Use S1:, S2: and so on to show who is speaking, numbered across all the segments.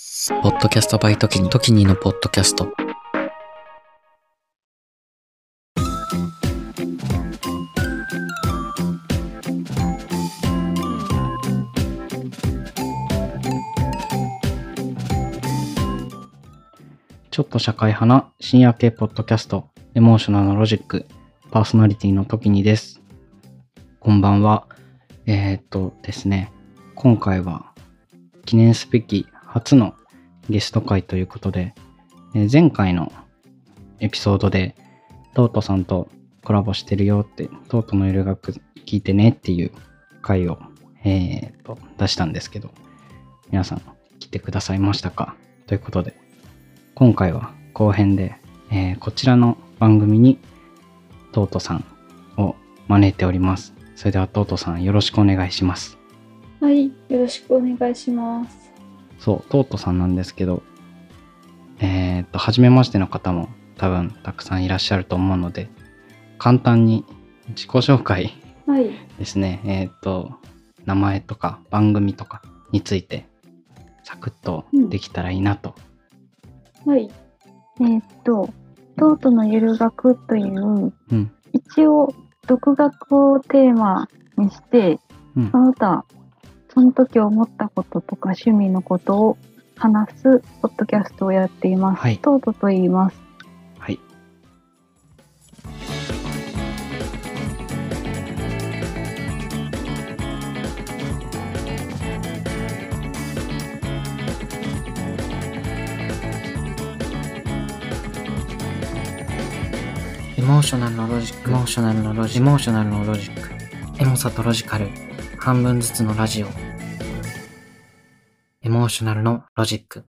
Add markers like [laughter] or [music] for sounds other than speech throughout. S1: 。ポッドキャストバイトキニ、トキニのポッドキャスト。
S2: ちょっと社会派な深夜系ポッドキャスト、エモーショナルのロジック、パーソナリティの時にです。こんばんは。えー、っとですね、今回は記念すべき初のゲスト会ということで、えー前回のエピソードで、トートさんとコラボしてるよって、トートのゆる学聞いてねっていう回を、えーっと、出したんですけど、皆さん来てくださいましたかということで、今回は後編で、えーこちらの番組にトートさんを招いております。それではトートさんよろしくお願いします。
S3: はい、よろしくお願いします。
S2: そう、トートさんなんですけど、えーっと、初めましての方も多分たくさんいらっしゃると思うので、簡単に自己紹介
S3: はい、
S2: ですね、えーっと、名前とか番組とかについて、サクッとできたらいいなと。
S3: はい、
S4: えーっと、トートのゆる学という、
S2: うん、
S4: 一応、独学をテーマにして、
S2: うん
S4: そ、の他、その時思ったこととか趣味のことを話すポッドキャストをやっています。
S2: はい
S4: トートと言います。
S2: はい。
S1: エモーショナルのロジック。エモーショナルのロジック。エモーショナルのロジック。エモさとロジカル。半分ずつのラジオ。エモーショナルのロジック。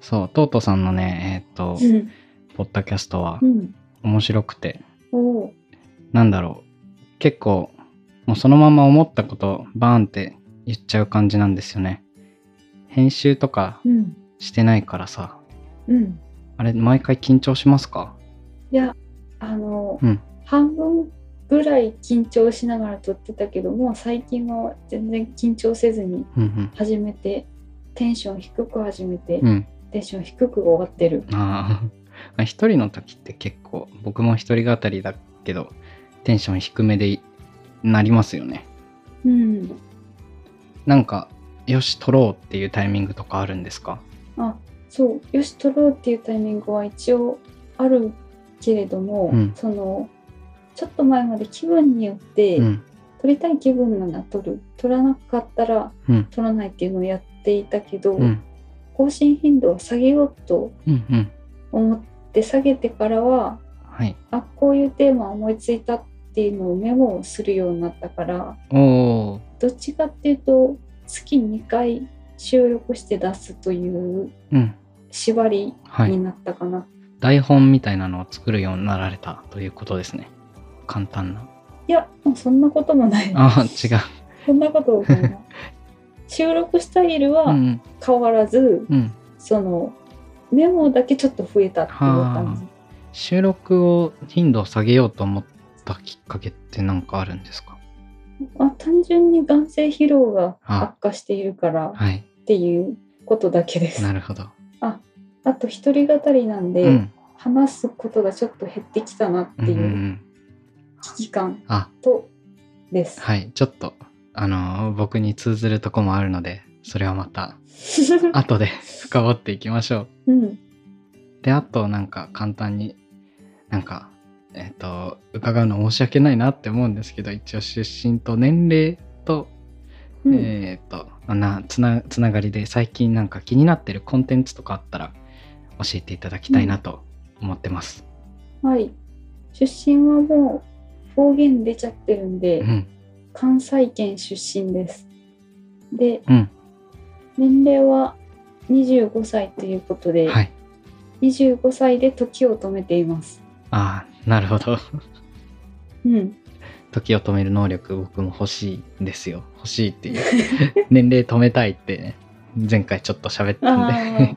S2: そう、トートさんのね、えーっと、
S3: うん、
S2: ポッドキャストは
S3: うん、
S2: 面白くて、
S3: おー
S2: なんだろう、結構、もうそのまま思ったこと、バーンって言っちゃう感じなんですよね。編集とか
S3: うん、
S2: してないからさ、
S3: うん、
S2: あれ、毎回緊張しますか
S3: いや、あの、
S2: うん
S3: 半分ぐらい緊張しながら撮ってたけども、最近は全然緊張せずに
S2: うん
S3: 始めて、テンション低く始めて、
S2: うん。うん。
S3: テンション低く終わってる。
S2: あ [laughs] あ、一人の時って結構、僕も一人語りだけど、テンション低めでいなりますよね。
S3: うん、
S2: なんか、よし、撮ろうっていうタイミングとかあるんですか
S3: あ、そう、よし撮ろうっていうタイミングは一応あるけれども、
S2: うん
S3: その、ちょっと前まで気分によって、
S2: うん。
S3: 撮りたい気分なら撮る撮らなかったら
S2: うん
S3: 撮らないっていうのをやっていたけど、
S2: うん。
S3: 更新頻度を下げようと
S2: うん。うん。
S3: 思って下げてからは
S2: はい。
S3: あこういうテーマ思いついたっていうのをメモをするようになったから
S2: おー。
S3: どっちかっていうと月2回収録して出すという
S2: うん。
S3: 縛り
S2: はい
S3: に。なったかな。
S2: 台本みたいなのを作るようになられたということですね。簡単な。
S3: い、やもうそんなこともない
S2: ああ、違う。
S3: そんなこともないな収録スタイル
S2: う
S3: は
S2: ん
S3: 変わらず、
S2: うん、うん。
S3: そのメモだけちょっと増えたっていう感じ。
S2: 収録を頻度を下げようと思ったきっかけって何かあるんですか
S3: あ単純に眼性疲労が悪化しているからっ
S2: はい。
S3: ていうことだけです。
S2: な
S3: あ
S2: るほど。
S3: と一人語りなんで、
S2: うん。
S3: 話すことがちょっと減ってきたなっ
S2: う
S3: て
S2: んうんう。
S3: いうん危機感
S2: あ、
S3: とです。
S2: はい。ちょっと、あのー僕に通ずるとこもあるので、それはまた、後で [laughs] 深掘っていきましょう。
S3: [laughs] うん、
S2: で、あと、なんか簡単に、なんか、えっ、と、伺うの申し訳ないなって思うんですけど、一応出身と年齢と
S3: うん
S2: えーっとあなつなつながりで最近なんか気になってるコンテンツとかあったら教えていただきたいなと思ってます。
S3: はい。出身はもう方言出ちゃってるんで、
S2: うん、
S3: 関西圏出身です。で、
S2: うん、
S3: 年齢は25歳ということで、
S2: はい。
S3: 25歳で時を止めています。
S2: ああ、なるほど。 [laughs]
S3: うん、
S2: 時を止める能力僕も欲しいんですよ。欲しいっていう。
S3: [laughs]
S2: 年齢止めたいって、ね、前回ちょっと喋ったん
S3: あ
S2: [laughs] で、
S3: あ、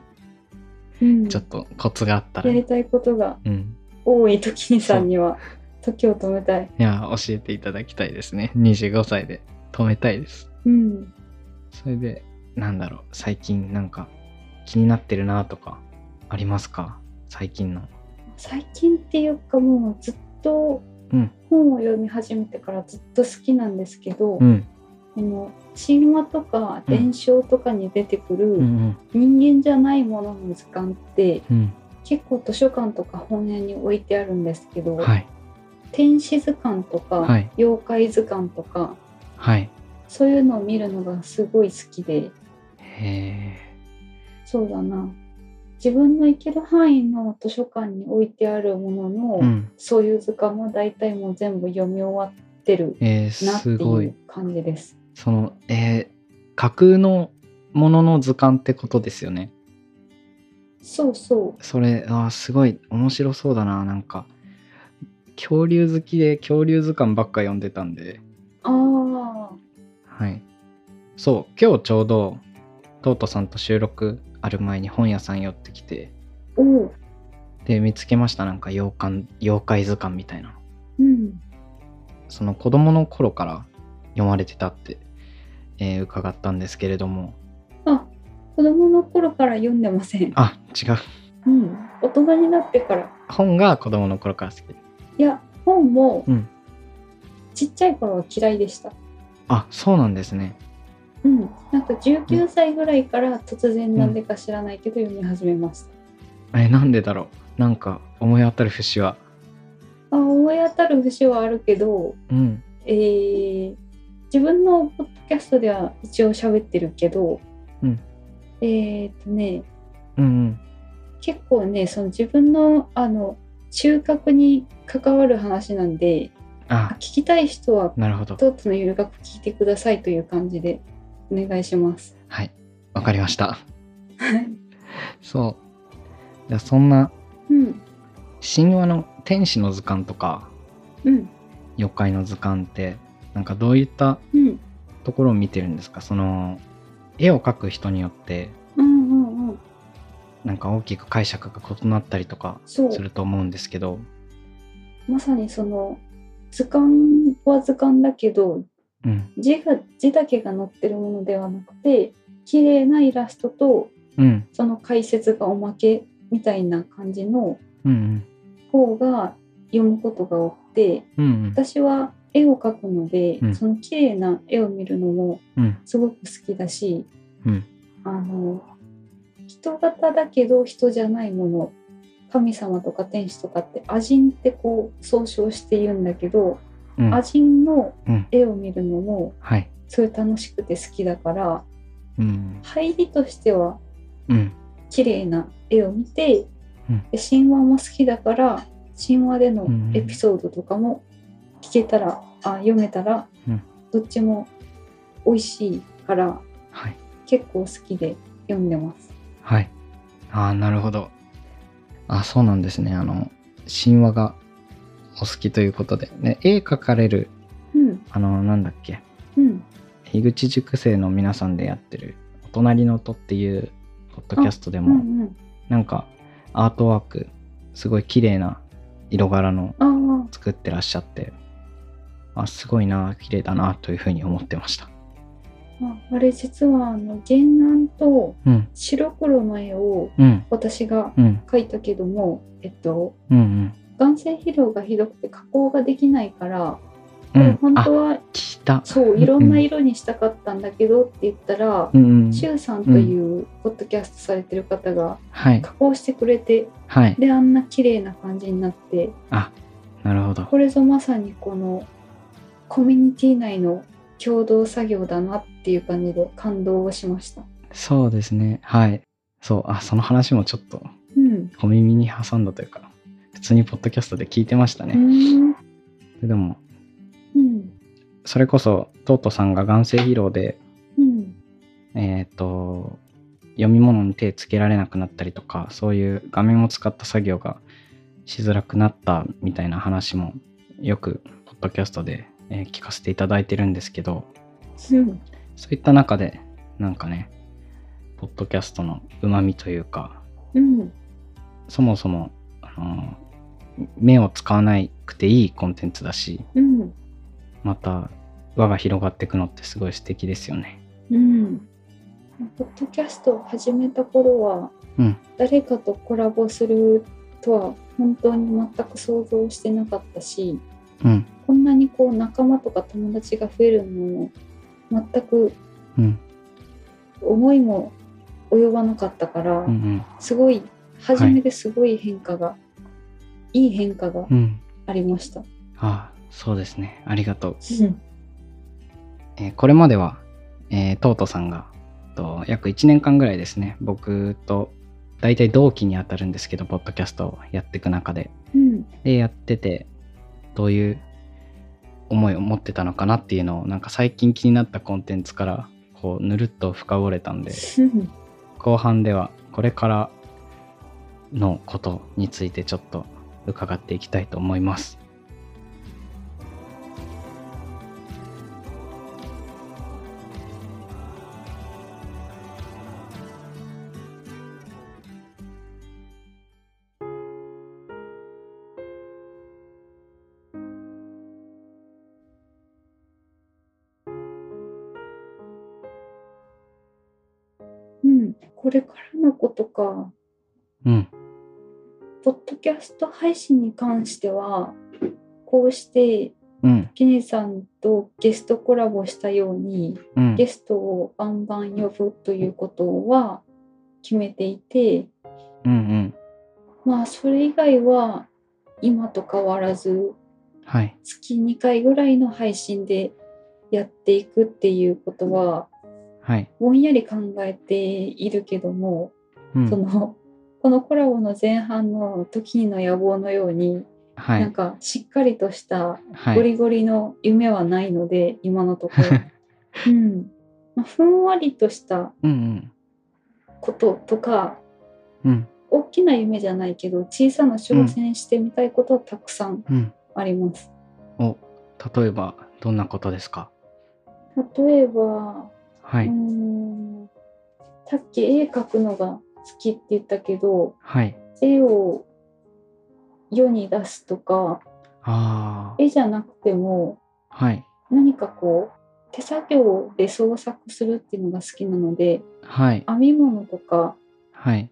S3: うん、
S2: ちょっとコツがあったら
S3: や。りたいことが
S2: うん、
S3: 多い時にさんには時を止めたい。
S2: いや、教えていただきたいですね。25歳で止めたいです。
S3: うん。
S2: それで、なんだろう、最近なんか気になってるなとか、ありますか最近の。
S3: 最近っていうかもうずっと
S2: うん
S3: 本を読み始めてからずっと好きなんですけど、
S2: うん。
S3: あの神話とか
S2: うん
S3: 伝承とかに出てく
S2: うんう
S3: る
S2: ん。
S3: 人間じゃないものの図鑑って
S2: うん。
S3: 結構図書館とか本屋に置いてあるんですけど、
S2: はい。
S3: 天使図鑑とか、
S2: はい
S3: 妖怪図鑑とか
S2: はい。
S3: そういうのを見るのがすごい好きで
S2: へ
S3: そうだな自分の行ける範囲の図書館に置いてあるものの、
S2: ーうん。
S3: そういう図鑑は大体もう全部読み終わってる
S2: えー、
S3: なって
S2: すご
S3: い。
S2: いう
S3: 感じです。
S2: その、えー、架空のものの図鑑ってことですよね。
S3: そうそ
S2: それあーすごい面白そうだななんか恐竜好きで恐竜図鑑ばっか読んでたんで
S3: うああ
S2: はいそう今日ちょうどトートさんと収録ある前に本屋さん寄ってきて
S3: おう
S2: で見つけましたなんか妖怪妖怪図鑑みたいなの
S3: うん
S2: その子供の頃から読まれてたって、えー伺ったんですけれども
S3: あ子供の頃から読んでません。
S2: あ違う
S3: うん、大人になってから
S2: 本が子供の頃から好き
S3: いや本も、
S2: うん
S3: ちっちゃい頃は嫌いでした。
S2: あそうなんですね
S3: うん、なんか19歳ぐらいから突然なんでか知らないけど読み始めました。
S2: えなんでだろうなんか思い当たる節は
S3: あ思い当たる節はあるけど、
S2: うん
S3: えー自分のポッドキャストでは一応喋ってるけど、
S2: うん
S3: えーっとね
S2: うんうん
S3: 結構ねその自分のあの収穫に関わる話なんで
S2: あ
S3: 聞きたい人は
S2: なるほど。
S3: トートのゆる学聞いてくださいという感じでお願いし [laughs] ます。
S2: はい。わかりました。
S3: はい
S2: そう。じゃあそんな
S3: うん
S2: 神話の天使の図鑑とか
S3: うん
S2: 妖怪の図鑑ってなんかどういった
S3: うん
S2: ところを見てるんですかその絵を描く人によって
S3: うんうんうん
S2: なんか大きく解釈が異なったりとか
S3: そう
S2: すると思うんですけど。
S3: まさにその図鑑は図鑑だけど
S2: うん。
S3: 字が字だけが載ってるものではなくて綺麗なイラストと
S2: うん。
S3: その解説がおまけみたいな感じの
S2: うん
S3: 方が読むことが多くて
S2: うん。うん
S3: 私は絵を描くので、
S2: うん
S3: その綺麗な絵を見るのも
S2: うん。うん。
S3: すごく好きだし、
S2: うん
S3: あの人型だけど人じゃないもの神様とか天使とかってアジンってこう総称して言うんだけど、
S2: うん。
S3: アジンの
S2: うん
S3: 絵を見るのも
S2: はい。
S3: すごい楽しくて好きだから
S2: うん。
S3: 入りとしては
S2: うん。
S3: 綺麗な絵を見て、
S2: うん
S3: で神話も好きだから神話でのエピソードとかも聞けたら、あ読めたら、
S2: うん
S3: どっちも美味しいから
S2: はい。
S3: 結構好きで読んでます。
S2: はい。ああ、なるほど。あそうなんですね。あの、神話がお好きということで。ね、絵描かれる、
S3: うん
S2: あの、なんだっけ、
S3: うん
S2: 樋口塾生の皆さんでやってる、お隣の音っていう、ポッドキャストで
S3: う
S2: も、
S3: んうん
S2: なんか、アートワーク、すごい綺麗な色柄の
S3: あー
S2: 作ってらっしゃって、あ、すごいな、綺麗だな、というふうに思ってました。
S3: ああれ実はあの原案と
S2: うん、
S3: 白黒の絵を
S2: うん、
S3: 私が
S2: うん、
S3: 描いたけども、えっと、
S2: うん、うん。
S3: 眼性疲労がひどくて加工ができないか
S2: う
S3: ら、これ
S2: ん、
S3: 本
S2: あ
S3: 当、は
S2: 聞いた。
S3: そういろんな色にしたかったんだけどって言ったら、
S2: うん、うん。
S3: シュウさんというポッドキャストされてる方が
S2: はい、
S3: 加工してくれて
S2: はい。
S3: であんな綺麗な感じになって
S2: あ、なるほど。
S3: これぞまさにこのコミュニティ内の共同作業だなっていう感じで感動をしました。
S2: そうですね。はい。そう、あ、その話もちょっと
S3: うん、
S2: 小耳に挟んだというか、普通にポッドキャストで聞いてました
S3: う
S2: ね。
S3: ーん
S2: でも、
S3: うん
S2: それこそ、トートさんが眼性疲労で、
S3: うん
S2: えっ、と、読み物に手つけられなくなったりとか、そういう画面を使った作業がしづらくなったみたいな話も、よくポッドキャストで、えー聞かせていただいてるんですけど、
S3: うん
S2: そういった中で、なんかね、ポッドキャストの旨味というか、
S3: うん
S2: そもそも、あの目を使わなくていいコンテンツだし、
S3: うん
S2: また輪が広がっていくのってすごい素敵ですよね。
S3: うんポッドキャストを始めた頃は、
S2: うん
S3: 誰かとコラボするとは本当に全く想像してなかったし
S2: うん、
S3: こんなにこう仲間とか友達が増えるのも全く
S2: うん、
S3: 思いも及ばなかったから、
S2: うん、うん、
S3: すごい初めですごい変化が、い、い変化が
S2: うん。
S3: ありました。
S2: ああ、そうですね。ありがとう。えーこれまでは、えートートさんが、と約1年間ぐらいですね、僕と大体同期にあたるんですけど、ポッドキャストをやっていく中で。
S3: うん
S2: で、やってて、どういう思いを持ってたのかなっていうのを、なんか最近気になったコンテンツから、こう、ぬるっと深掘れたんで、
S3: うん
S2: 後半ではこれからのことについてちょっと伺っていきたいと思います。
S3: うん、これからのことか
S2: うん、
S3: ポッドキャスト配信に関してはこうして
S2: うん、
S3: キネさんとゲストコラボしたように
S2: うん
S3: ゲ、ストをバンバン呼ぶということは決めていて
S2: うん、うん。
S3: まあそれ以外は今と変わらず
S2: はい。
S3: 月2回ぐらいの配信でやっていくっていうことは
S2: はい。
S3: ぼんやり考えているけども、
S2: うん
S3: そのこのコラボの前半の時の野望のように、
S2: は
S3: なん
S2: い。
S3: かしっかりとした
S2: は
S3: ゴ
S2: い。
S3: リゴリの夢はないので、今のところ、
S2: [laughs]
S3: うんまあ、ふんわりとした
S2: うん
S3: こととか
S2: うん。うん。
S3: 大きな夢じゃないけど小さな挑戦してみたいことはたくさん
S2: うん。
S3: あります。
S2: お、例えば、どんなことですか
S3: 例えば
S2: は
S3: うー
S2: い。
S3: んさっき絵描くのが好きって言ったけど
S2: はい。
S3: 絵を世に出すとか
S2: あ
S3: 絵じゃなくても
S2: あ。はい。
S3: 何かこう手作業で創作するっていうのが好きなので
S2: はい。
S3: 編み物とか、
S2: はい。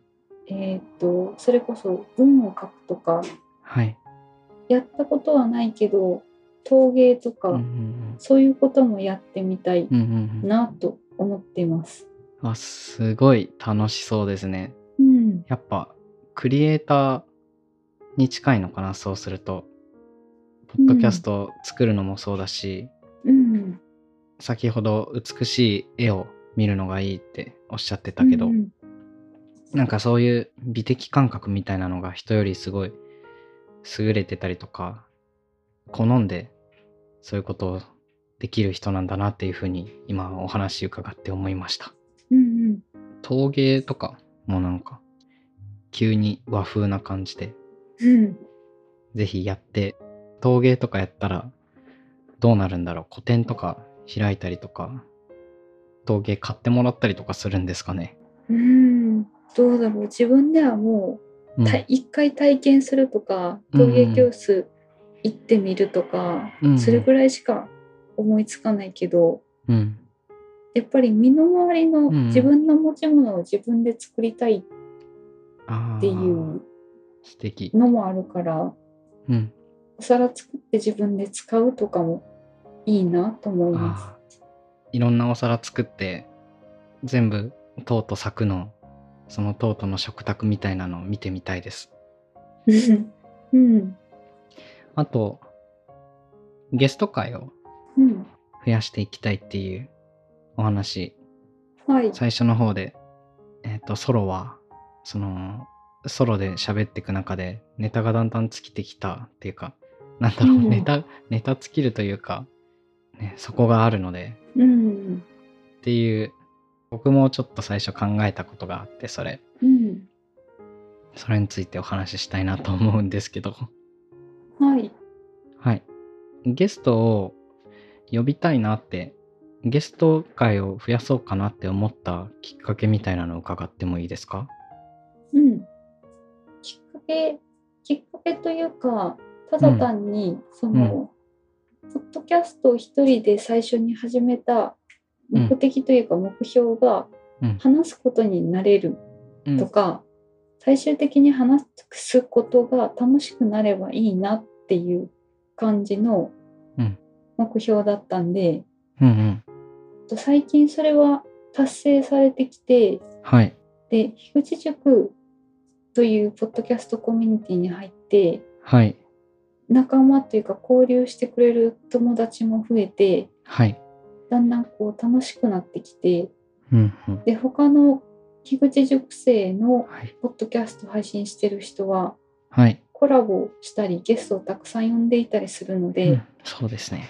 S3: えーっとそれこそ文を書くとか
S2: はい。
S3: やったことはないけど陶芸とか、
S2: うんうん
S3: そういうこともやってみたい
S2: うん。うんうん
S3: なと思っています。
S2: うん。あ、すごい楽しそうですね。
S3: うん、
S2: やっぱ、クリエイターに近いのかな、そうすると。ポッドキャストを作るのもそうだし、
S3: うん、
S2: 先ほど美しい絵を見るのがいいっておっしゃってたけど、
S3: うん
S2: なんかそういう美的感覚みたいなのが人よりすごい優れてたりとか、好んでそういうことをできる人なんだなっていうふうに今お話伺って思いました。
S3: うんうん
S2: 陶芸とかもなんか急に和風な感じで
S3: うん
S2: ぜひやって、陶芸とかやったらどうなるんだろう個展とか開いたりとか、陶芸買ってもらったりとかするんですかね。
S3: うんどうだろう自分ではも
S2: う
S3: うんた一回体験するとか
S2: うんう
S3: 陶
S2: ん
S3: 芸教室行ってみるとか、
S2: うんうん
S3: それぐらいしか思いつかないけど
S2: うん。
S3: やっぱり身の回りの
S2: うんうん
S3: 自分の持ち物を自分で作りたいっ
S2: ああ。
S3: ていう
S2: 素敵。
S3: のもあるから
S2: うん。
S3: お皿作って自分で使うとかもいいなと思います。
S2: あーいろんなお皿作って全部トート咲くのそのトートの食卓みたいなのを見てみたいです
S3: [laughs] うん、
S2: あとゲスト会を
S3: うん、
S2: 増やしていきたいっていうお話
S3: はい、
S2: 最初の方でえっ、とソロはそのソロで喋っていく中でネタがだんだん尽きてきたっていうかなんだろう、
S3: うん
S2: ネタネタ尽きるというか、ね、そこがあるので
S3: うん、
S2: っていう僕もちょっと最初考えたことがあってそれ
S3: うん、
S2: それについてお話ししたいなと思うんですけど [laughs]
S3: はい、
S2: はいゲストを呼びたいなってゲスト会を増やそうかなって思ったきっかけみたいなのを伺ってもいいですか
S3: うん。きっかけ、きっかこれというかただ単にその、ポッドキャストを一人で最初に始めた目的というか目標が
S2: うん
S3: 話すことになれる
S2: うん
S3: とか、最終的に話すことが楽しくなればいいなっていう感じの
S2: うん
S3: 目標だったんで、
S2: うん
S3: 最近それは達成されてきて
S2: うん。はい。
S3: で樋口塾というポッドキャストコミュニティに入って
S2: はい。
S3: 仲間というか交流してくれる友達も増えて
S2: はい。
S3: だんだんこう楽しくなってきて
S2: うんうん。
S3: で他の樋口塾生の
S2: はい。
S3: ポッドキャスト配信してる人は
S2: はい。
S3: コラボしたりゲストをたくさん呼んでいたりするの
S2: う
S3: で
S2: ん、そうですね。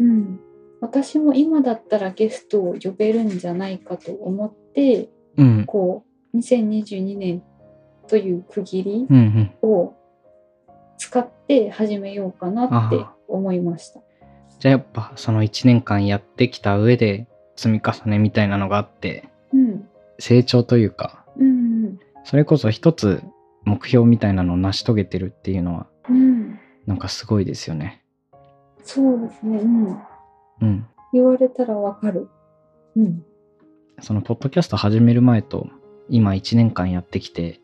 S3: うん私も今だったらゲストを呼べるんじゃないかと思って
S2: うん。
S3: こう2022年という区切り
S2: うんうん。
S3: を使って始めようかなって
S2: あ
S3: 思いました。
S2: じゃあやっぱその1年間やってきた上で積み重ねみたいなのがあって、
S3: うん、
S2: 成長というか、
S3: うん、
S2: それこそ一つ目標みたいなのを成し遂げてるっていうのは、
S3: うん、
S2: なんかすごいですよね。
S3: そうですね。うん、
S2: うん。
S3: 言われたらわかる。うん、
S2: そのポッドキャスト始める前と今1年間やってきて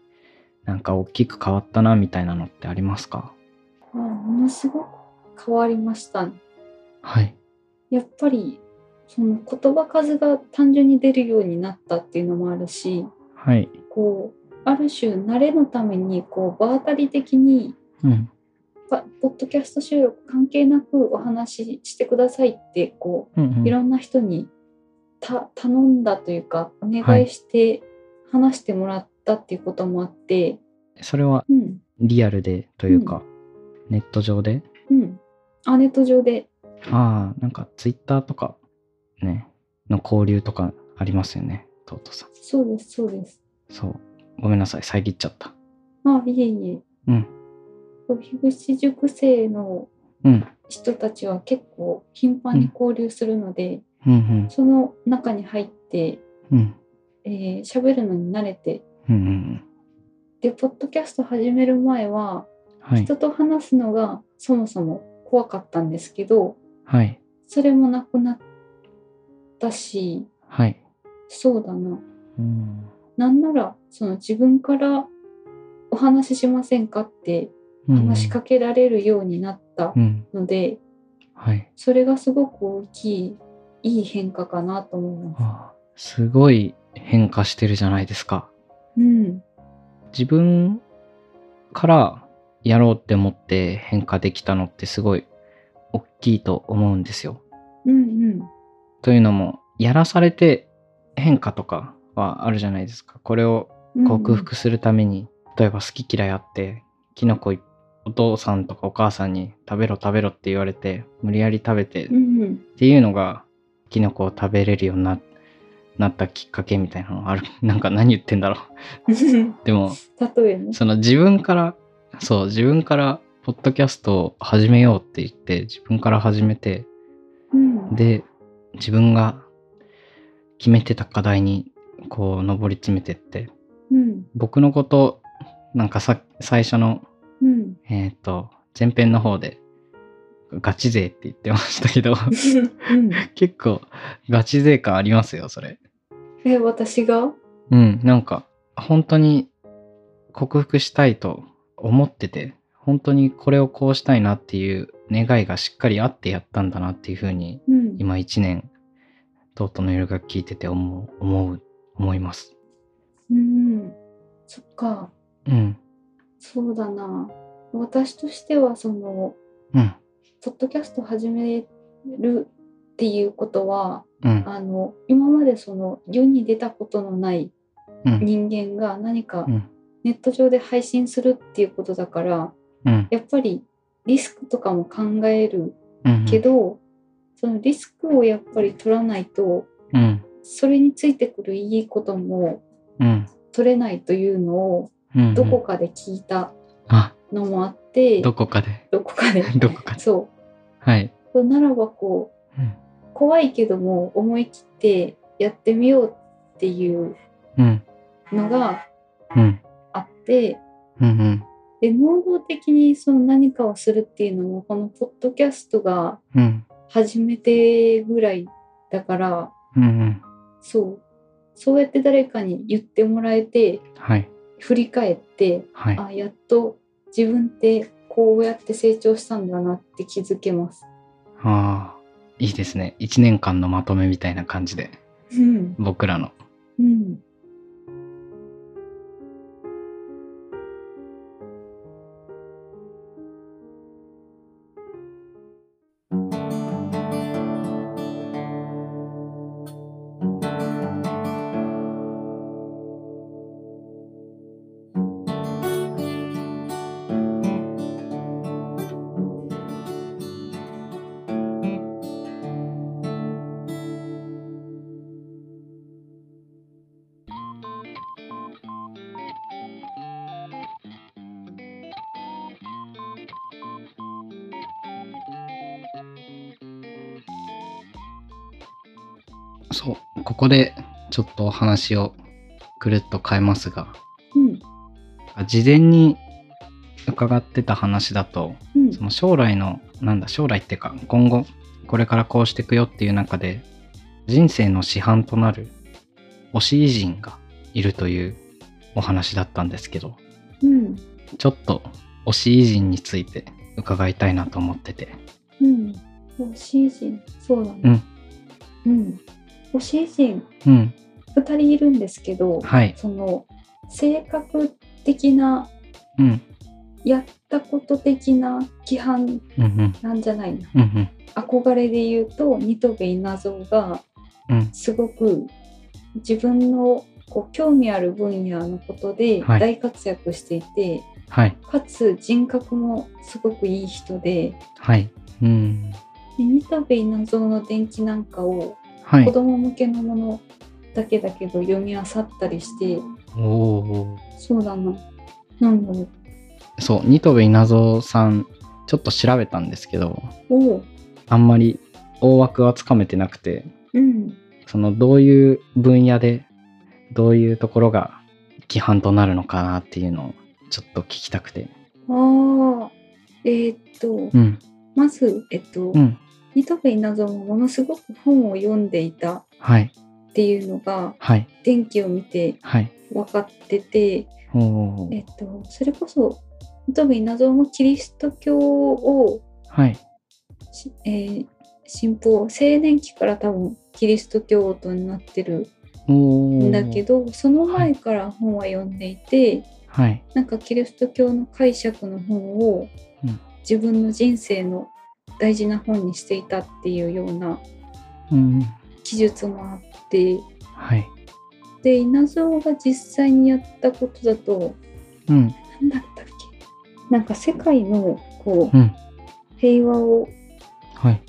S2: なんか大きく変わったなみたいなのってありますか
S3: あものすごく変わりました、ね。
S2: はい。
S3: やっぱりその言葉数が単純に出るようになったっていうのもあるし、
S2: はい。
S3: こうある種慣れのためにこう場当たり的に。
S2: うん。
S3: パポッドキャスト収録関係なくお話ししてくださいってこう
S2: うんうん
S3: いろんな人にた頼んだというかお願いして話してもらったっていうこともあって、
S2: それは
S3: うん
S2: リアルでというか、ネット上で
S3: うんあネット上で
S2: ああなんかツイッターとかねの交流とかありますよねトートさん
S3: そうですそうです
S2: そうごめんなさい遮っちゃった
S3: まあいえいえ
S2: うん
S3: そう樋口塾生の
S2: うん
S3: 人たちは結構頻繁に交流するので、
S2: うんうん
S3: その中に入って
S2: うん
S3: 喋、えー喋るのに慣れて
S2: うんうんうん
S3: でポッドキャスト始める前は
S2: はい
S3: 人と話すのがそもそも怖かったんですけど、
S2: はい
S3: それもなくなったし、
S2: はい
S3: そうだな。
S2: うん
S3: なんなら、その自分からお話ししませんかって
S2: うん
S3: 話しかけられるようになった
S2: うん
S3: ので、
S2: はい
S3: それがすごく大きい、いい変化かなと思います。
S2: ああすごい変化してるじゃないですか
S3: うん。
S2: 自分からやろうって思って変化できたのってすごい大きいと思うんですよ。
S3: うん
S2: というのもやらされて変化とかはあるじゃないですか。これを
S3: うん。
S2: 克服するために、例えば好き嫌いあってキノコいお父さんとかお母さんに食べろ食べろって言われて無理やり食べてっ
S3: うんうん。 [laughs]
S2: ていうのがキノコを食べれるようにななったきっかけみたいなのある [laughs] なんか何言ってんだろうでも
S3: 例えね。
S2: その自分から、そう、自分から、ポッドキャストを始めようって言って、自分から始めて、
S3: うん。
S2: で、自分が決めてた課題に、こう、上り詰めてって、
S3: うん。
S2: 僕のこと、なんかさ、最初の、
S3: うん。 [laughs]
S2: えっ、と、前編の方で、ガチ勢って言ってましたけど、 [laughs]
S3: うん、
S2: 結構、ガチ勢感ありますよ、それ。
S3: え、私が
S2: うん、なんか、本当に克服したいと思ってて、本当にこれをこうしたいなっていう願いがしっかりあってやったんだなっていうふうに、
S3: うん。
S2: 今一年、トートの夜が聞いてて思う、思う、思います。
S3: うん。そっか。
S2: うん、
S3: そうだな。私としては、その、
S2: うん、
S3: ポッドキャスト始めるっていうことは、
S2: うん、
S3: あの、今までその、世に出たことのない
S2: うん、
S3: 人間が何か
S2: うん、
S3: ネット上で配信するっていうことだから、
S2: うん、
S3: やっぱりリスクとかも考える
S2: うん、
S3: けど、そのリスクをやっぱり取らないと、
S2: うん、
S3: それについてくるいいことも
S2: うん、
S3: 取れないというのを、
S2: うん、
S3: どこかで聞いた
S2: あ、
S3: のもあって、
S2: どこかで、 [laughs]
S3: どこかで。
S2: どこかで、
S3: そ
S2: はい、
S3: う。そうならばこう、
S2: うん、
S3: 怖いけども思い切ってやってみようっていう
S2: うん、
S3: のが
S2: うん、
S3: あって
S2: うん、うん、
S3: で能動的にその何かをするっていうのもこのポッドキャストが
S2: うん。
S3: 初めてぐらいだから
S2: うんうん。
S3: そうそうやって誰かに言ってもらえて
S2: はい。
S3: 振り返って
S2: はい。
S3: あやっと自分ってこうやって成長したんだなって気づけます。
S2: ああ。いいですね。1年間のまとめみたいな感じで、
S3: うん、
S2: 僕らの。
S3: うん
S2: そう。ここで、ちょっとお話をくるっと変えますが、
S3: うん
S2: 事前に伺ってた話だと、
S3: うん
S2: その将来のなんだ将来っていうか今後これからこうしていくよっていう中で人生の師範となる推し偉人がいるというお話だったんですけど
S3: うん
S2: ちょっと推し偉人について伺いたいなと思ってて
S3: うん推し人そうだねうん推し人
S2: うん
S3: 2人いるんですけど、
S2: はい
S3: その性格的な
S2: うん
S3: やったこと的な規範
S2: うんうん
S3: なんじゃないの
S2: うんうん
S3: 憧れで言うと新渡戸稲造が
S2: うん
S3: すごく自分のこう興味ある分野のことで
S2: はい
S3: 大活躍していて、
S2: はい
S3: かつ人格もすごくいい人で
S2: はいうん
S3: で新渡戸稲造の伝記なんかを
S2: は
S3: 子
S2: い
S3: 供向けのものだけだけど読み漁ったりして
S2: おお
S3: そうだななんだろう
S2: そう新渡戸稲造さんちょっと調べたんですけど
S3: おう
S2: あんまり大枠はつかめてなくて
S3: うん
S2: そのどういう分野でどういうところが規範となるのかなっていうのをちょっと聞きたくて
S3: ああえーっと
S2: うん
S3: まずえっと
S2: うん
S3: 二戸稲造もものすごく本を読んでいたっ
S2: はい
S3: ていうのが
S2: はい
S3: 電気を見て
S2: はい
S3: 分かってて
S2: おお
S3: えっとそれこそ二戸稲造もキリスト教を
S2: はい
S3: し、えー信奉青年期から多分キリスト教徒になってる
S2: おお
S3: んだけどその前から本は読んでいて、
S2: はい
S3: なんかキリスト教の解釈の本を
S2: うん
S3: 自分の人生の大事な本にしていたっていうような
S2: うん
S3: 記述もあって
S2: はい
S3: で稲造が実際にやったことだと
S2: うん
S3: 何だったっけなんか世界のこう
S2: うん
S3: 平和を
S2: はい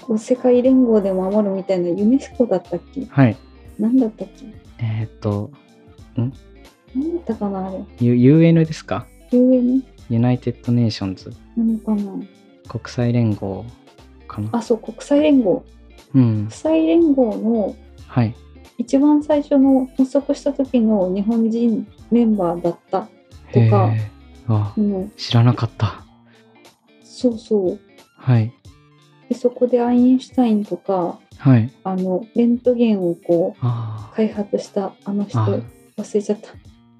S3: こう世界連合で守るみたいなユネスコだったっけ
S2: はい
S3: 何だったっけ
S2: えーっと
S3: 何だったかなあれ
S2: U- UN ですか
S3: UN
S2: ユナイテッド・ネーションズ
S3: なのかな
S2: 国際連合かな
S3: あそう国際連合
S2: うん
S3: 国際連合の
S2: はい
S3: 一番最初の発足した時の日本人メンバーだった、
S2: へえ
S3: か
S2: わあ
S3: うん、
S2: 知らなかった
S3: そうそう
S2: はい
S3: でそこでアインシュタインとか
S2: はい
S3: あのレントゲンをこ
S2: あ
S3: う
S2: ー
S3: 開発したあの人
S2: あ
S3: 忘れちゃった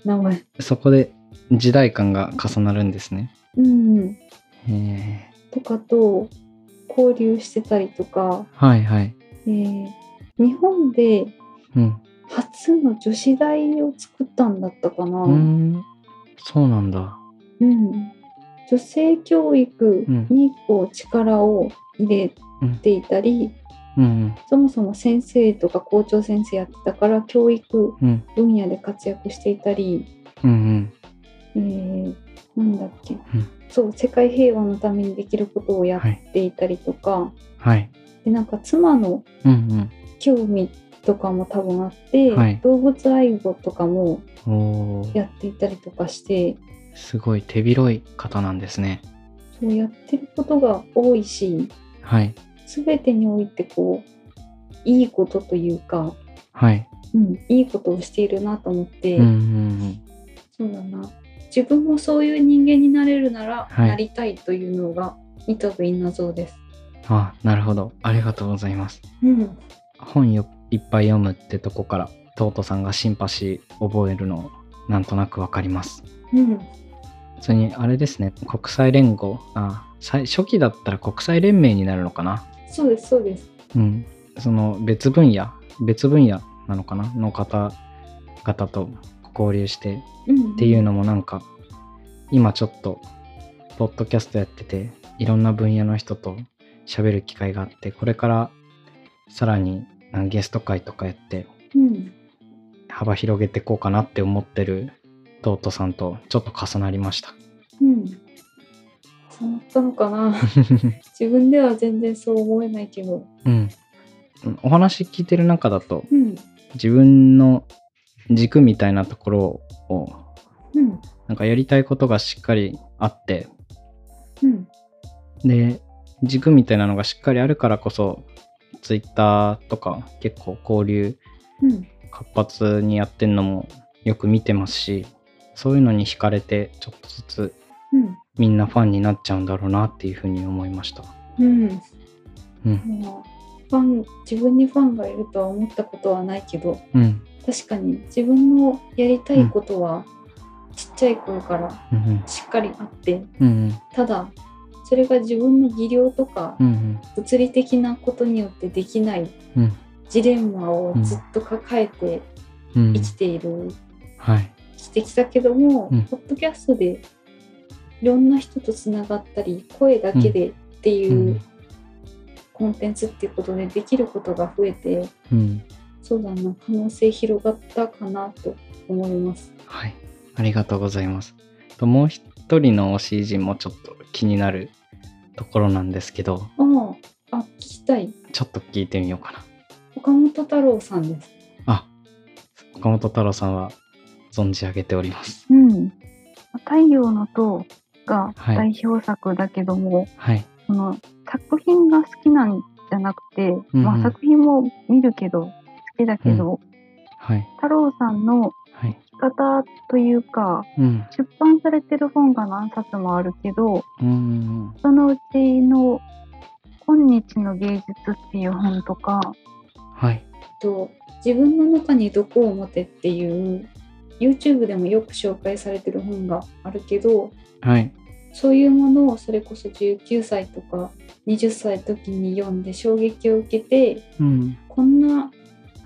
S3: 名前
S2: そこで時代感が重なるんですね。
S3: うんうん
S2: へえ
S3: とかと交流してたりとか、
S2: はいはい。
S3: えー日本で
S2: うん。
S3: 初の女子大を作ったんだったかな、
S2: うーん。そうなんだ。
S3: うん女性教育にこう力を入れていたり、
S2: うん
S3: そもそも先生とか校長先生やってたから教育
S2: うん。うん
S3: 分野で活躍していたり、
S2: うんうん。
S3: えーなんだっけ、
S2: ん
S3: そう世界平和のためにできることをやっていたりとか、
S2: はい。
S3: でなんか妻の
S2: うん
S3: 興味とかも多分あって、
S2: はい
S3: 動物愛護とかも
S2: うん。おお。
S3: やっていたりとかして
S2: すごい手広い方なんですね。
S3: そうやってることが多いし
S2: はい
S3: 全てにおいてこういいことというか、
S2: はい。
S3: うん、いいことをしているなと思って。
S2: うんうん
S3: そうだな。自分もそういう人間になれるなら、
S2: はい
S3: なりたいというのが三飛稲造です。
S2: あなるほどありがとうございます
S3: うん、
S2: 本よいっぱい読むってとこからトートさんがシンパシー覚えるのなんとなくわかります
S3: うん、
S2: それにあれですね国際連合あ最初期だったら国際連盟になるのかな
S3: そうですそうです。
S2: うん、その別分野別分野なのかなの方々と交流してっ
S3: うん、
S2: ていうのもなんか今ちょっとポッドキャストやってていろんな分野の人と喋る機会があってこれからさらにあゲスト会とかやって
S3: うん、
S2: 幅広げてこうかなって思ってるトートさんとちょっと重なりました。
S3: うん。そうなったの
S2: [laughs]
S3: かな自分では全然そう思えないけど。
S2: [laughs] うん、お話聞いてる中だと
S3: うん、
S2: 自分の軸みたいなところを
S3: うん、
S2: なんかやりたいことがしっかりあって、
S3: うん、
S2: で、軸みたいなのがしっかりあるからこそ、ツイッターとか結構交流
S3: うん、
S2: 活発にやってんのもよく見てますし、そういうのに惹かれて、ちょっとずつ
S3: うん。
S2: みんなファンになっちゃうんだろうなっていうふうに思いました。
S3: うん、
S2: うん。
S3: まあファン自分にファンがいるとは思ったことはないけど
S2: うん。
S3: 確かに自分のやりたいことはちっちゃい頃から
S2: うん。
S3: しっかりあって
S2: うん。
S3: ただそれが自分の技量とか
S2: うん。うん。
S3: 物理的なことによってできない
S2: うん
S3: ジレンマをずっと抱えて
S2: うん
S3: 生きている
S2: はい。
S3: 生きてきたけども、
S2: うん。
S3: ポッドキャストでいろんな人とつながったり声だけでっていううんコンテンツっていうことでできることが増えて
S2: うん。
S3: そうだな可能性広がったかなと思います。
S2: はい。ありがとうございます。ともう一人の推し陣もちょっと気になるところなんですけど、
S3: あああ聞きたい
S2: ちょっと聞いてみようかな。
S3: 岡本太郎さんです。
S2: あ、岡本太郎さんは存じ上げております。
S4: うん。太陽の塔が
S2: はい
S4: 代表作だけども、
S2: はい。
S4: その作品が好きなんじゃなくて、
S2: うん
S4: まあ、作品も見るけど好きだけど、
S2: はい。
S4: 太郎さんの
S2: はい。
S4: 生き方というか
S2: うん。
S4: 出版されてる本が何冊もあるけど
S2: うん。
S4: そのうちの「今日の芸術」っていう本とか
S2: はい。
S3: と自分の中に毒を持てっていう YouTube でもよく紹介されてる本があるけど
S2: はい。
S3: そういうものをそれこそ19歳とか20歳の時に読んで衝撃を受けて
S2: うん。
S3: こんな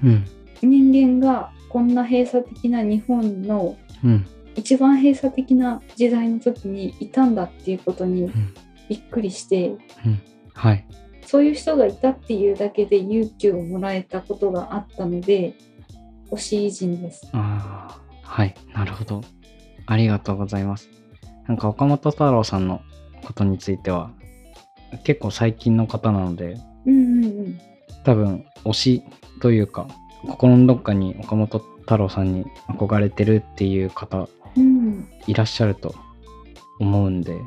S2: うん。
S3: 人間がこんな閉鎖的な日本の
S2: うん。
S3: 一番閉鎖的な時代の時にいたんだっていうことにびっくりして、
S2: はい。
S3: そういう人がいたっていうだけで勇気をもらえたことがあったので推し偉人です。
S2: ああ。はい。なるほど。ありがとうございます。なんか岡本太郎さんのことについては、結構最近の方なので、
S3: うんうんうん
S2: 多分推しというか、心のどっかに岡本太郎さんに憧れてるっていう方
S3: うん
S2: いらっしゃると思うんで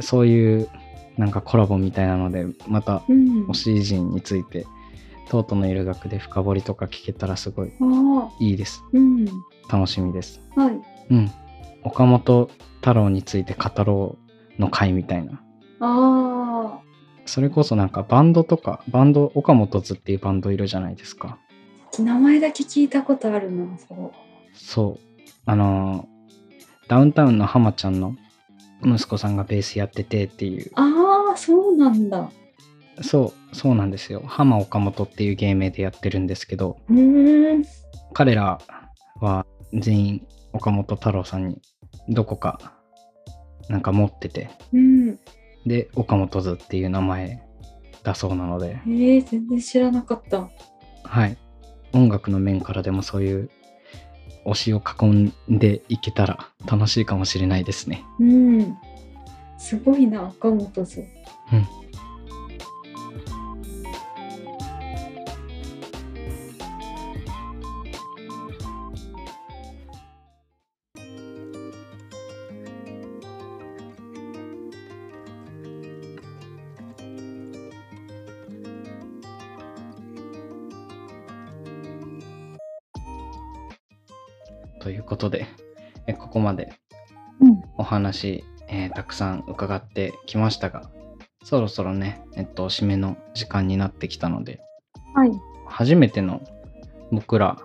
S2: そういうなんかコラボみたいなのでまた
S3: うん
S2: 推し人についてトートのいる学で深掘りとか聞けたらすごい
S3: ああ
S2: いいです
S3: うん
S2: 楽しみです
S3: はい
S2: うん岡本太郎について語ろうの会みたいな
S3: ああ
S2: それこそなんかバンドとかバンド岡本図っていうバンドいるじゃないですか
S3: 名前だけ聞いたことあるなそれ。
S2: そうあのーダウンタウンの浜ちゃんの息子さんがベースやっててっていう
S3: ああそうなんだ。
S2: そう、そうなんですよ。浜岡本っていう芸名でやってるんですけど、
S3: うーん
S2: 彼らは全員岡本太郎さんにどこかなんか持ってて、
S3: うん
S2: で、岡本図っていう名前だそうなので、
S3: えー、全然知らなかった。
S2: はい。音楽の面からでもそういう推しを囲んでいけたら楽しいかもしれないですね。
S3: うんすごいな岡本さん。
S2: ということで、えここまで
S4: うん
S2: お話、えーたくさん伺ってきましたが、そろそろね、えっと、締めの時間になってきたので、
S4: はい。
S2: 初めての僕ら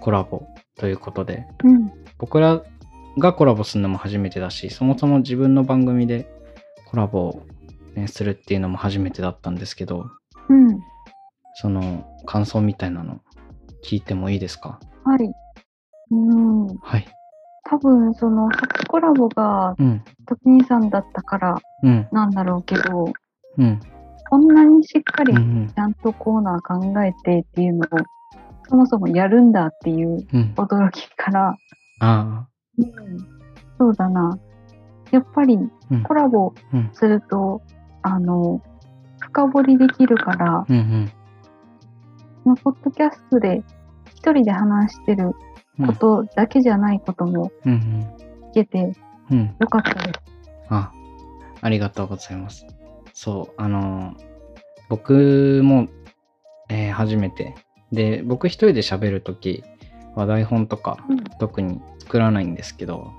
S2: コラボということで、
S4: うん。
S2: 僕らがコラボするのも初めてだし、そもそも自分の番組でコラボを、ね、するっていうのも初めてだったんですけど、
S4: うん。
S2: その感想みたいなの聞いてもいいですか
S4: はい。うん。
S2: はい。
S4: 多分、その、初コラボが、
S2: うん。
S4: トキニさんだったから
S2: うん。
S4: なんだろうけど、
S2: うん。
S4: こんなにしっか
S2: う
S4: り
S2: んう
S4: ち
S2: ん。
S4: ゃんとコーナー考えてっていうのを、そもそもやるんだっていう
S2: うん。
S4: 驚きから、
S2: あ
S4: そうだな。やっぱり
S2: あ。うん
S4: コ。ラボ
S2: うん。
S4: すると、あの、深掘りできるから、
S2: うん。
S4: まあポッドキャストで一人で話してる
S2: うん。
S4: ことだけじゃないことも
S2: うん。うん。
S4: 聞けて
S2: うん。
S4: よかったです。
S2: あ、ありがとうございます。そう、あのー僕も、えー初めて。で、僕一人で喋るときは台本とか
S4: うん
S2: 特に作らないんですけど、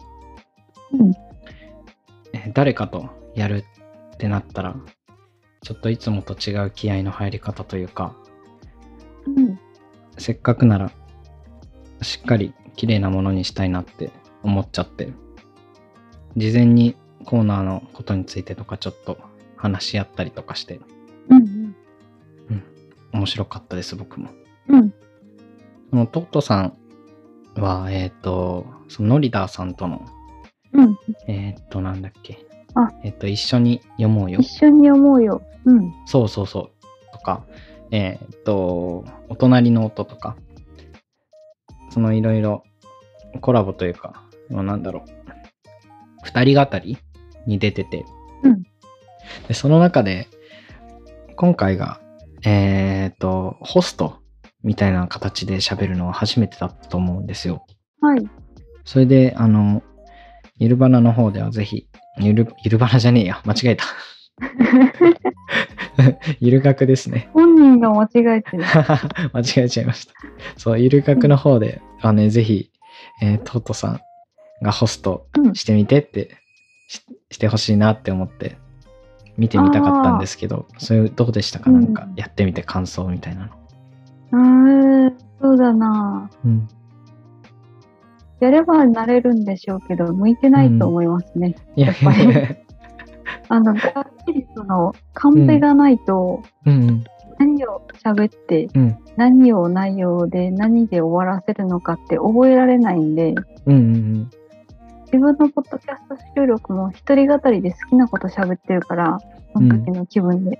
S4: うん
S2: えー誰かとやるってなったら、ちょっといつもと違う気合の入り方というか、
S4: うん。
S2: せっかくなら、しっかり綺麗なものにしたいなって思っちゃって、事前にコーナーのことについてとかちょっと話し合ったりとかして、
S4: うん。
S2: 面白かったです、僕も。
S4: うん。
S2: そのトットさんは、えっ、と、そのノリダーさんとの、
S4: うん。
S2: えっ、と、なんだっけ。
S4: あ
S2: えっ、と、一緒に読もうよ
S4: 一。緒に思うよ。うん。
S2: そうそうそう。とか、えーっと、お隣の音とか、そのいろいろコラボというか、もうなんだろう、二人語りに出てて、
S4: うん
S2: でその中で、今回が、えーっと、ホストみたいな形で喋るのは初めてだったと思うんですよ。
S4: はい。
S2: それで、あの、ゆるばなの方ではぜひ、ゆる、ゆるばなじゃねえや、 [laughs] 間違えた。ゆる学ですね。 [laughs]
S4: 本人が間違えてる。
S2: 間違えちゃいました。そう、ゆる学の方で、あのね、ぜひ、えートートさんがホスト
S4: うん
S2: してみてって、ししてほしいなって思って、見てみたかったんですけど、それどうでしたか、なんか
S4: うん、
S2: やってみて感想みたいなの。
S4: うーん。そうだな。
S2: うん。
S4: やればなれるんでしょうけど、向いてないと思いますね。
S2: いや、 [laughs]
S4: やっぱりあの、がっちりその、カンペがないと、
S2: うんうん。
S4: 何を喋って、
S2: うん。
S4: 何を内容で、何で終わらせるのかって覚えられないんで、
S2: うんうん
S4: 自分のポッドキャスト収録も一人語りで好きなこと喋ってるから、その時の気分で。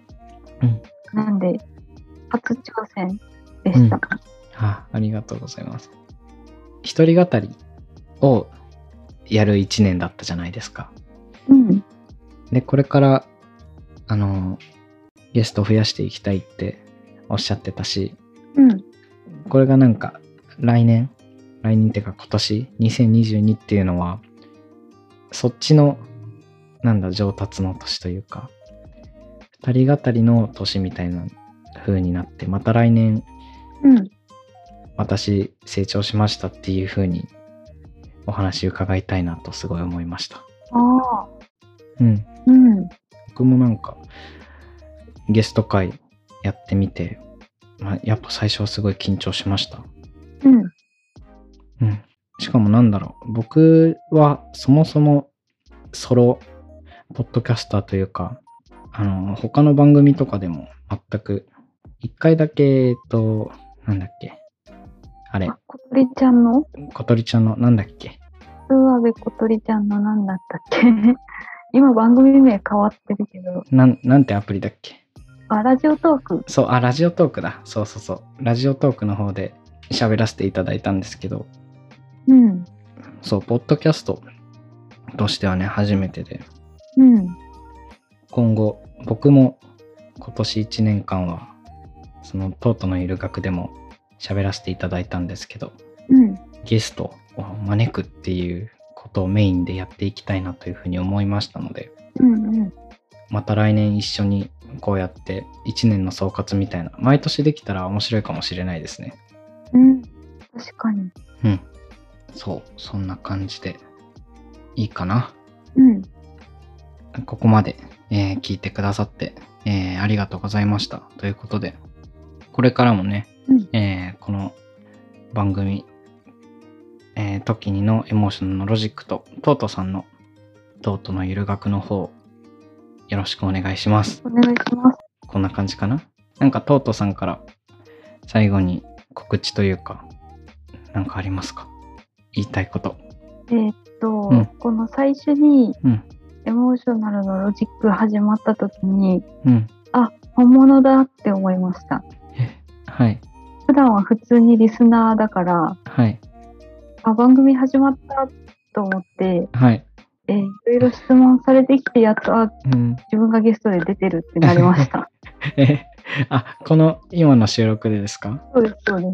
S2: うん
S4: なんで、初挑戦でした。
S2: あありがとうございます。一人語りをやる一年だったじゃないですか。
S4: うん。
S2: で、これから、あの、ゲストを増やしていきたいっておっしゃってたし、
S4: うん。
S2: これがなんか来年、来年っていうか今年、2022っていうのは、そっちの、なんだ、上達の年というか、二人語りの年みたいな風になって、また来年
S4: うん。
S2: 私成長しましたっていう風にお話伺いたいなとすごい思いました。
S4: ああ。
S2: うん。
S4: うん。
S2: 僕もなんかゲスト会やってみて、まあ、やっぱ最初はすごい緊張しました。
S4: うん。
S2: うん。しかもなんだろう。僕はそもそもソロポッドキャスターというか、あの、他の番組とかでも全く、一回だけ、えっと、なんだっけ。あれ
S4: あ、、小鳥ちゃんの
S2: 小鳥ちゃんのなんだっけ。
S4: うわべ小鳥ちゃんの何だったっけ [laughs] 今番組名変わってるけど、
S2: なん、なんてアプリだっけ
S4: あ、ラジオトーク。
S2: そう、あ、ラジオトークだ。そうそうそう。ラジオトークの方で喋らせていただいたんですけど、
S4: うん。
S2: そう、ポッドキャストとしてはね、初めてで、
S4: うん。
S2: 今後、僕も今年1年間は、その、トートのいる学でも喋らせていただいたんですけど、
S4: うん。
S2: ゲストを招くっていうことをメインでやっていきたいなというふうに思いましたので、
S4: うん。うん。
S2: また来年一緒にこうやって1年の総括みたいな、毎年できたら面白いかもしれないですね。
S4: うん。確かに。
S2: うん。そう、そんな感じでいいかな。
S4: うん。
S2: ここまで、えー聞いてくださって、えーありがとうございました。ということで、これからもね、
S4: うん
S2: えーこの番組、えー、トキニのエモーションのロジックと、トートさんの、トートのゆる学の方、よろしくお願いします。
S4: お願いします。
S2: こんな感じかな。なんか、トートさんから、最後に告知というか、なんかありますか言いたいこと。
S4: えーっと、
S2: うん
S4: この最初に、
S2: うん
S4: エモーショナルのロジック始まった時に、
S2: うん。
S4: 本物だって思いました。
S2: はい。
S4: 普段は普通にリスナーだから、
S2: はい。
S4: あ、番組始まったと思って、
S2: はい。
S4: えーいろいろ質問されてきて、やっと、あ、
S2: うん。
S4: 自分がゲストで出てるってなりました。
S2: えあ、この今の収録でですか
S4: そうです、そうです。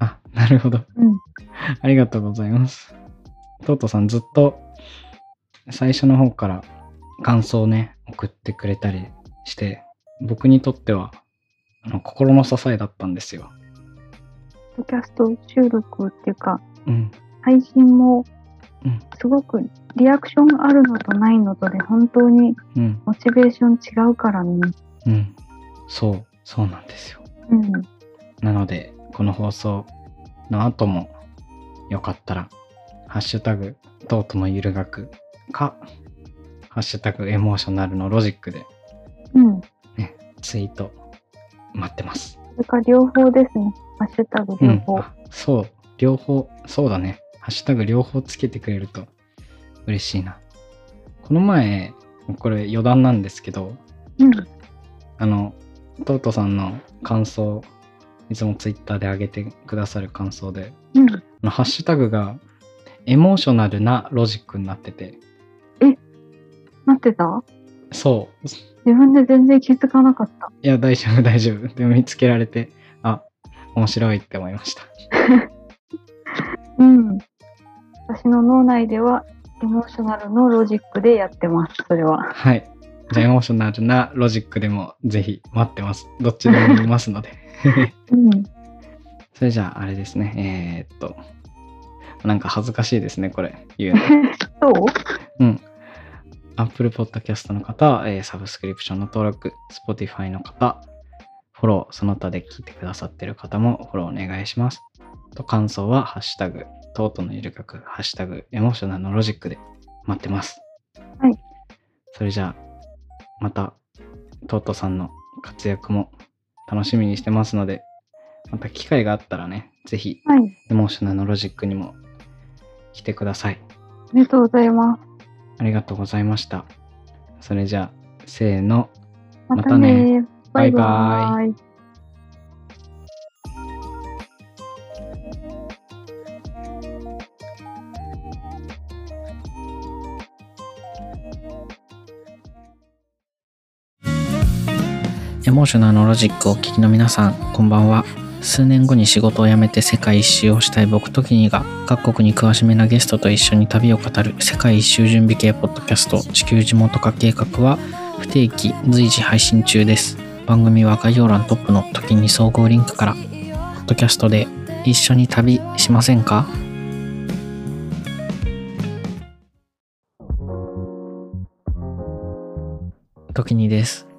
S2: あ、なるほど。
S4: うん
S2: ありがとうございます。トートさんずっと最初の方から感想をね、送ってくれたりして、僕にとってはあの心の支えだったんですよ。
S4: ポッドキャスト収録っていうか、
S2: うん。
S4: 配信も
S2: うん、
S4: すごくリアクションあるのとないのとで、本当に
S2: うん。
S4: モチベーション違うからね。
S2: うん。そう、そうなんですよ。
S4: うん。
S2: なので、この放送の後も、よかったら、ハッシュタグ、トートのゆる学か、ハッシュタグ、エモーショナルのロジックで
S4: うん。
S2: ツイート待ってます。
S4: それから両方ですね。ハッシュタグ
S2: う
S4: 両
S2: ん。
S4: 方。
S2: あそう、両方、そうだね。ハッシュタグ両方つけてくれると嬉しいな。この前、これ余談なんですけど、
S4: うん。
S2: あの、トートさんの感想、いつもツイッターで上げてくださる感想で、
S4: うん。
S2: あのハッシュタグがエモーショナルなロジックになってて、
S4: なってた
S2: そう。
S4: 自分で全然気づかなかった。
S2: いや、大丈夫、大丈夫。でも見つけられて、あ、面白いって思いました。
S4: うん。私の脳内では、エモーショナルのロジックでやってます、それは。
S2: はい。じゃあ、エモーショナルなロジックでもぜひ待ってます。どっちでも見ますので。
S4: うん。
S2: それじゃあ、あれですね。えーっと、なんか恥ずかしいですね、これ。言うの。
S4: そう
S2: うん。Apple Podcast の方、えーサブスクリプションの登録、Spotify の方、フォロー、その他で聞いてくださってる方もフォローお願いします。と、感想は、ハッシュタグ、トートのゆるかく、ハッシュタグ、エモーショナルのロジックで待ってます。
S4: はい。
S2: それじゃあ、また、トートさんの活躍も楽しみにしてますので、また機会があったらね、ぜひ、
S4: はい。
S2: エモーショナルのロジックにも来てください。
S4: ありがとうございます。
S2: ありがとうございました。それじゃあ、せーの。
S4: またね。
S2: また
S4: バイバ
S2: バイバ
S4: イ。
S1: エモーショナルのロジックをお聞きの皆さん、こんばんは。数年後に仕事を辞めて世界一周をしたい僕ときにが、各国に詳しめなゲストと一緒に旅を語る世界一周準備系ポッドキャスト、地球地元化計画は、不定期、随時配信中です。番組は概要欄トップの時に総合リンクから、ポッドキャストで一緒に旅しませんか時にです